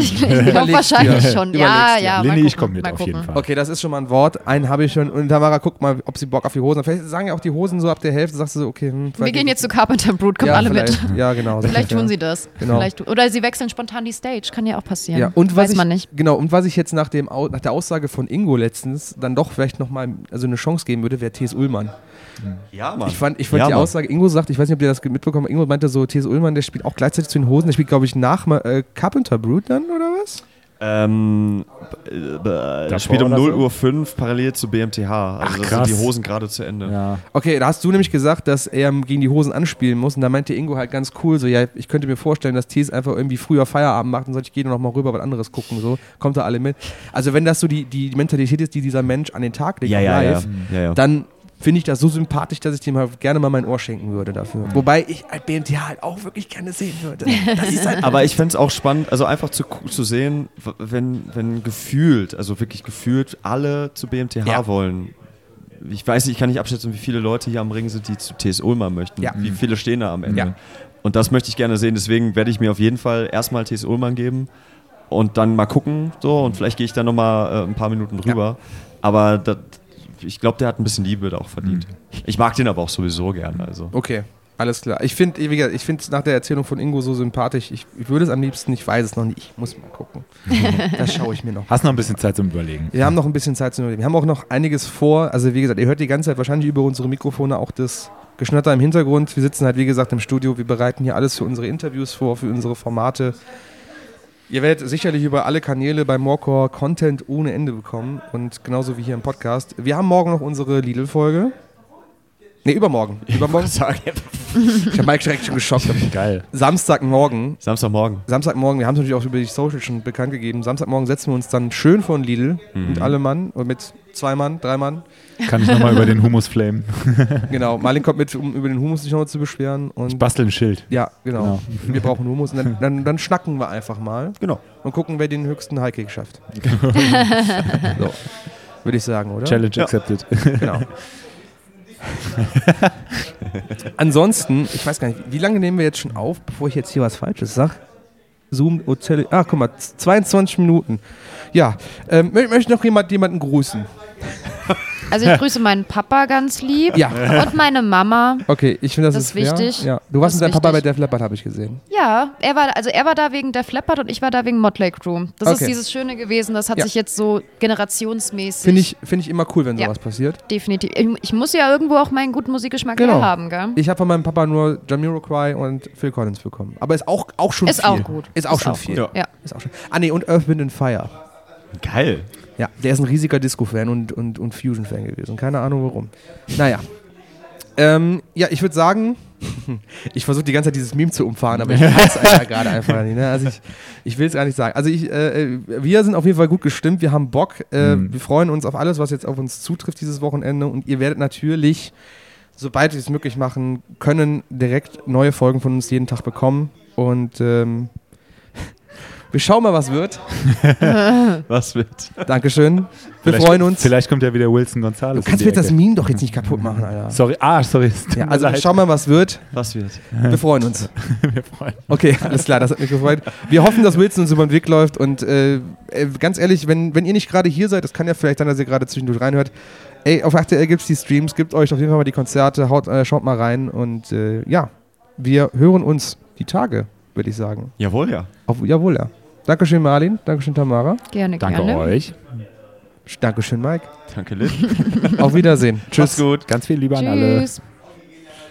[SPEAKER 4] ich, ich glaube
[SPEAKER 1] Überleg's
[SPEAKER 4] wahrscheinlich
[SPEAKER 1] dir.
[SPEAKER 4] schon. Ja,
[SPEAKER 1] Überleg's dir.
[SPEAKER 4] ja. mal
[SPEAKER 3] Lini, ich
[SPEAKER 4] gucken,
[SPEAKER 3] komme mit
[SPEAKER 4] mal
[SPEAKER 3] auf
[SPEAKER 4] gucken.
[SPEAKER 3] jeden Fall.
[SPEAKER 1] Okay, das ist schon mal ein Wort. Einen habe ich schon. Und Tamara, guck mal, ob sie Bock auf die Hosen hat. Vielleicht sagen ja auch die Hosen so ab der Hälfte, sagst du so, okay. Hm,
[SPEAKER 4] Wir
[SPEAKER 1] vielleicht-
[SPEAKER 4] gehen jetzt zu Carpenter Brut, kommt
[SPEAKER 1] ja,
[SPEAKER 4] alle mit.
[SPEAKER 1] vielleicht. Ja, genau. so
[SPEAKER 4] Vielleicht
[SPEAKER 1] ungefähr.
[SPEAKER 4] tun sie das.
[SPEAKER 1] Genau.
[SPEAKER 4] Vielleicht, oder sie wechseln spontan die Stage, kann ja auch passieren.
[SPEAKER 1] Ja, und was
[SPEAKER 4] Weiß
[SPEAKER 1] ich,
[SPEAKER 4] man nicht.
[SPEAKER 1] Genau, und was ich jetzt nach, dem, Au- nach der Aussage von Ingo letztens dann doch vielleicht nochmal also eine Chance geben würde, wäre T.S. Ullmann.
[SPEAKER 2] Ja, Mann.
[SPEAKER 1] Ich fand, ich fand die
[SPEAKER 2] Mann.
[SPEAKER 1] Aussage, Ingo sagt, ich weiß nicht, ob ihr das ge- mitbekommen habt, Ingo meinte so, T.S. Ullmann, der spielt auch gleichzeitig zu den Hosen, der spielt, glaube ich, nach Ma- äh, Carpenter Brut dann, oder was?
[SPEAKER 2] Ähm, b- b- das spielt um
[SPEAKER 3] oder
[SPEAKER 2] 0.05
[SPEAKER 3] so?
[SPEAKER 2] Uhr fünf parallel zu BMTH. Also das sind
[SPEAKER 3] krass.
[SPEAKER 2] die Hosen gerade zu Ende.
[SPEAKER 3] Ja.
[SPEAKER 1] Okay, da hast du nämlich gesagt, dass er ähm, gegen die Hosen anspielen muss und da meinte Ingo halt ganz cool, so, ja, ich könnte mir vorstellen, dass T.S. einfach irgendwie früher Feierabend macht und sagt, ich gehe nur noch mal rüber, was anderes gucken, so, kommt da alle mit. Also wenn das so die, die Mentalität ist, die dieser Mensch an den Tag legt,
[SPEAKER 2] Ja, ja, ja.
[SPEAKER 1] live,
[SPEAKER 2] ja, ja.
[SPEAKER 1] dann finde ich das so sympathisch, dass ich dem halt gerne mal mein Ohr schenken würde dafür. Wobei ich halt BMTH halt auch wirklich gerne sehen würde. Das ist halt
[SPEAKER 2] Aber ich fände es auch spannend, also einfach zu, gu- zu sehen, w- wenn, wenn gefühlt, also wirklich gefühlt, alle zu BMTH
[SPEAKER 1] Ja.
[SPEAKER 2] wollen. Ich weiß nicht, ich kann nicht abschätzen, wie viele Leute hier am Ring sind, die zu TS Ulmer möchten.
[SPEAKER 1] Ja.
[SPEAKER 2] Wie viele stehen da am Ende.
[SPEAKER 1] Ja.
[SPEAKER 2] Und das möchte ich gerne sehen, deswegen werde ich mir auf jeden Fall erstmal TS Ulmer geben und dann mal gucken, so, und vielleicht gehe ich dann nochmal äh, ein paar Minuten drüber. Aber das, ich glaube, der hat ein bisschen Liebe da auch verdient.
[SPEAKER 1] Mhm.
[SPEAKER 2] Ich mag den aber auch sowieso gerne, also.
[SPEAKER 1] okay, alles klar. Ich finde, wie gesagt, ich finde es nach der Erzählung von Ingo so sympathisch. Ich, ich würde es am liebsten, ich weiß es noch nicht. Ich muss mal gucken. das schaue ich mir noch.
[SPEAKER 3] Hast noch ein bisschen Zeit zum Überlegen.
[SPEAKER 1] Wir haben noch ein bisschen Zeit zu überlegen. Wir haben auch noch einiges vor. Also wie gesagt, ihr hört die ganze Zeit wahrscheinlich über unsere Mikrofone auch das Geschnatter im Hintergrund. Wir sitzen halt wie gesagt im Studio. Wir bereiten hier alles für unsere Interviews vor, für unsere Formate. Ihr werdet sicherlich über alle Kanäle bei Morecore Content ohne Ende bekommen und genauso wie hier im Podcast. Wir haben morgen noch unsere Lidl-Folge. Ne, übermorgen. Übermorgen. ich habe Mike direkt schon geschockt.
[SPEAKER 3] Geil.
[SPEAKER 1] Samstagmorgen
[SPEAKER 2] Samstagmorgen.
[SPEAKER 1] Samstagmorgen, wir haben es natürlich auch über die Social schon bekannt gegeben. Samstagmorgen setzen wir uns dann schön von Lidl mit alle Mann und mit zwei Mann, drei Mann.
[SPEAKER 3] Kann ich nochmal über den Humus flamen?
[SPEAKER 1] Genau, Marlin kommt mit, um über den Humus sich nochmal zu beschweren. Und
[SPEAKER 3] Ich bastel ein Schild.
[SPEAKER 1] ja, genau. Wir brauchen Humus. Und dann, dann, dann schnacken wir einfach mal
[SPEAKER 2] Genau.
[SPEAKER 1] und gucken, wer den höchsten Highkick schafft. so, würde ich sagen, oder?
[SPEAKER 3] Challenge accepted.
[SPEAKER 1] Genau. Ansonsten, ich weiß gar nicht, wie lange nehmen wir jetzt schon auf, bevor ich jetzt hier was Falsches sage? Zoom, Hotel, ah, guck mal, 22 Minuten. Ja, ähm, mö- möchte noch jemand jemanden grüßen?
[SPEAKER 4] Also ich grüße meinen Papa ganz lieb
[SPEAKER 1] Ja,
[SPEAKER 4] und meine Mama.
[SPEAKER 1] okay, ich finde, das,
[SPEAKER 4] Das
[SPEAKER 1] ist
[SPEAKER 4] ist wichtig.
[SPEAKER 1] Fair. Ja. Du warst
[SPEAKER 4] Das
[SPEAKER 1] mit deinem
[SPEAKER 4] ist
[SPEAKER 1] Papa bei
[SPEAKER 4] wichtig.
[SPEAKER 1] Def Leppard, habe ich gesehen.
[SPEAKER 4] Ja, er war, also er war da wegen Def Leppard und ich war da wegen Motley Crue. Das
[SPEAKER 1] Okay.
[SPEAKER 4] ist dieses Schöne gewesen, das hat
[SPEAKER 1] Ja.
[SPEAKER 4] sich jetzt so generationsmäßig
[SPEAKER 1] Finde ich, finde ich immer cool, wenn
[SPEAKER 4] Ja.
[SPEAKER 1] sowas passiert.
[SPEAKER 4] definitiv. Ich, ich muss ja irgendwo auch meinen guten Musikgeschmack
[SPEAKER 1] Genau.
[SPEAKER 4] herhaben, gell?
[SPEAKER 1] Ich habe von meinem Papa nur Jamiroquai und Phil Collins bekommen. Aber ist auch, auch schon
[SPEAKER 4] Ist
[SPEAKER 1] viel.
[SPEAKER 4] auch gut.
[SPEAKER 1] Ist auch
[SPEAKER 4] Ist
[SPEAKER 1] schon
[SPEAKER 4] auch
[SPEAKER 1] viel.
[SPEAKER 2] gut.
[SPEAKER 4] Ja.
[SPEAKER 1] Ist auch schon. Ah, nee, und Earth, Wind and Fire.
[SPEAKER 2] Geil.
[SPEAKER 1] Ja, der ist ein riesiger Disco-Fan und, und, und Fusion-Fan gewesen. Keine Ahnung warum. Naja. Ähm, ja, ich würde sagen, ich versuche die ganze Zeit dieses Meme zu umfahren, aber ich kann es einfach gerade einfach nicht. Ne? Also ich, ich will es gar nicht sagen. Also ich, äh, wir sind auf jeden Fall gut gestimmt, wir haben Bock, äh,
[SPEAKER 3] Mhm.
[SPEAKER 1] wir freuen uns auf alles, was jetzt auf uns zutrifft dieses Wochenende und ihr werdet natürlich, sobald wir es möglich machen können, direkt neue Folgen von uns jeden Tag bekommen und ähm, wir schauen mal, was wird.
[SPEAKER 2] Was wird?
[SPEAKER 1] Dankeschön. Wir
[SPEAKER 3] Vielleicht-
[SPEAKER 1] freuen uns.
[SPEAKER 3] Vielleicht kommt ja wieder Wilson Gonzalez.
[SPEAKER 1] Du kannst
[SPEAKER 3] um
[SPEAKER 1] mir jetzt
[SPEAKER 3] die
[SPEAKER 1] das
[SPEAKER 3] Ecke.
[SPEAKER 1] Meme doch jetzt nicht kaputt machen, Alter.
[SPEAKER 3] Sorry, ah, sorry. es tut
[SPEAKER 1] Ja,
[SPEAKER 3] mir
[SPEAKER 1] also
[SPEAKER 3] leid.
[SPEAKER 1] schau mal, was wird.
[SPEAKER 2] Was wird?
[SPEAKER 1] Wir freuen uns.
[SPEAKER 3] Wir freuen uns.
[SPEAKER 1] Okay, alles klar, das hat mich gefreut. Wir hoffen, dass Wilson uns über den Weg läuft und äh, äh, ganz ehrlich, wenn, wenn ihr nicht gerade hier seid, das kann ja vielleicht sein, dass ihr gerade zwischendurch reinhört, Ey, auf RTL gibt es die Streams, gibt euch auf jeden Fall mal die Konzerte, haut, äh, schaut mal rein und äh, ja, wir hören uns die Tage, würde ich sagen.
[SPEAKER 2] Jawohl, ja.
[SPEAKER 1] Auf, jawohl, ja. Dankeschön, Marlin. Dankeschön, Tamara.
[SPEAKER 4] Gerne,
[SPEAKER 3] Danke
[SPEAKER 4] gerne.
[SPEAKER 3] euch.
[SPEAKER 1] Dankeschön, Mike.
[SPEAKER 2] Danke, Liv.
[SPEAKER 1] Auf Wiedersehen. Tschüss.
[SPEAKER 2] gut.
[SPEAKER 3] Ganz viel Liebe an alle.
[SPEAKER 4] Tschüss.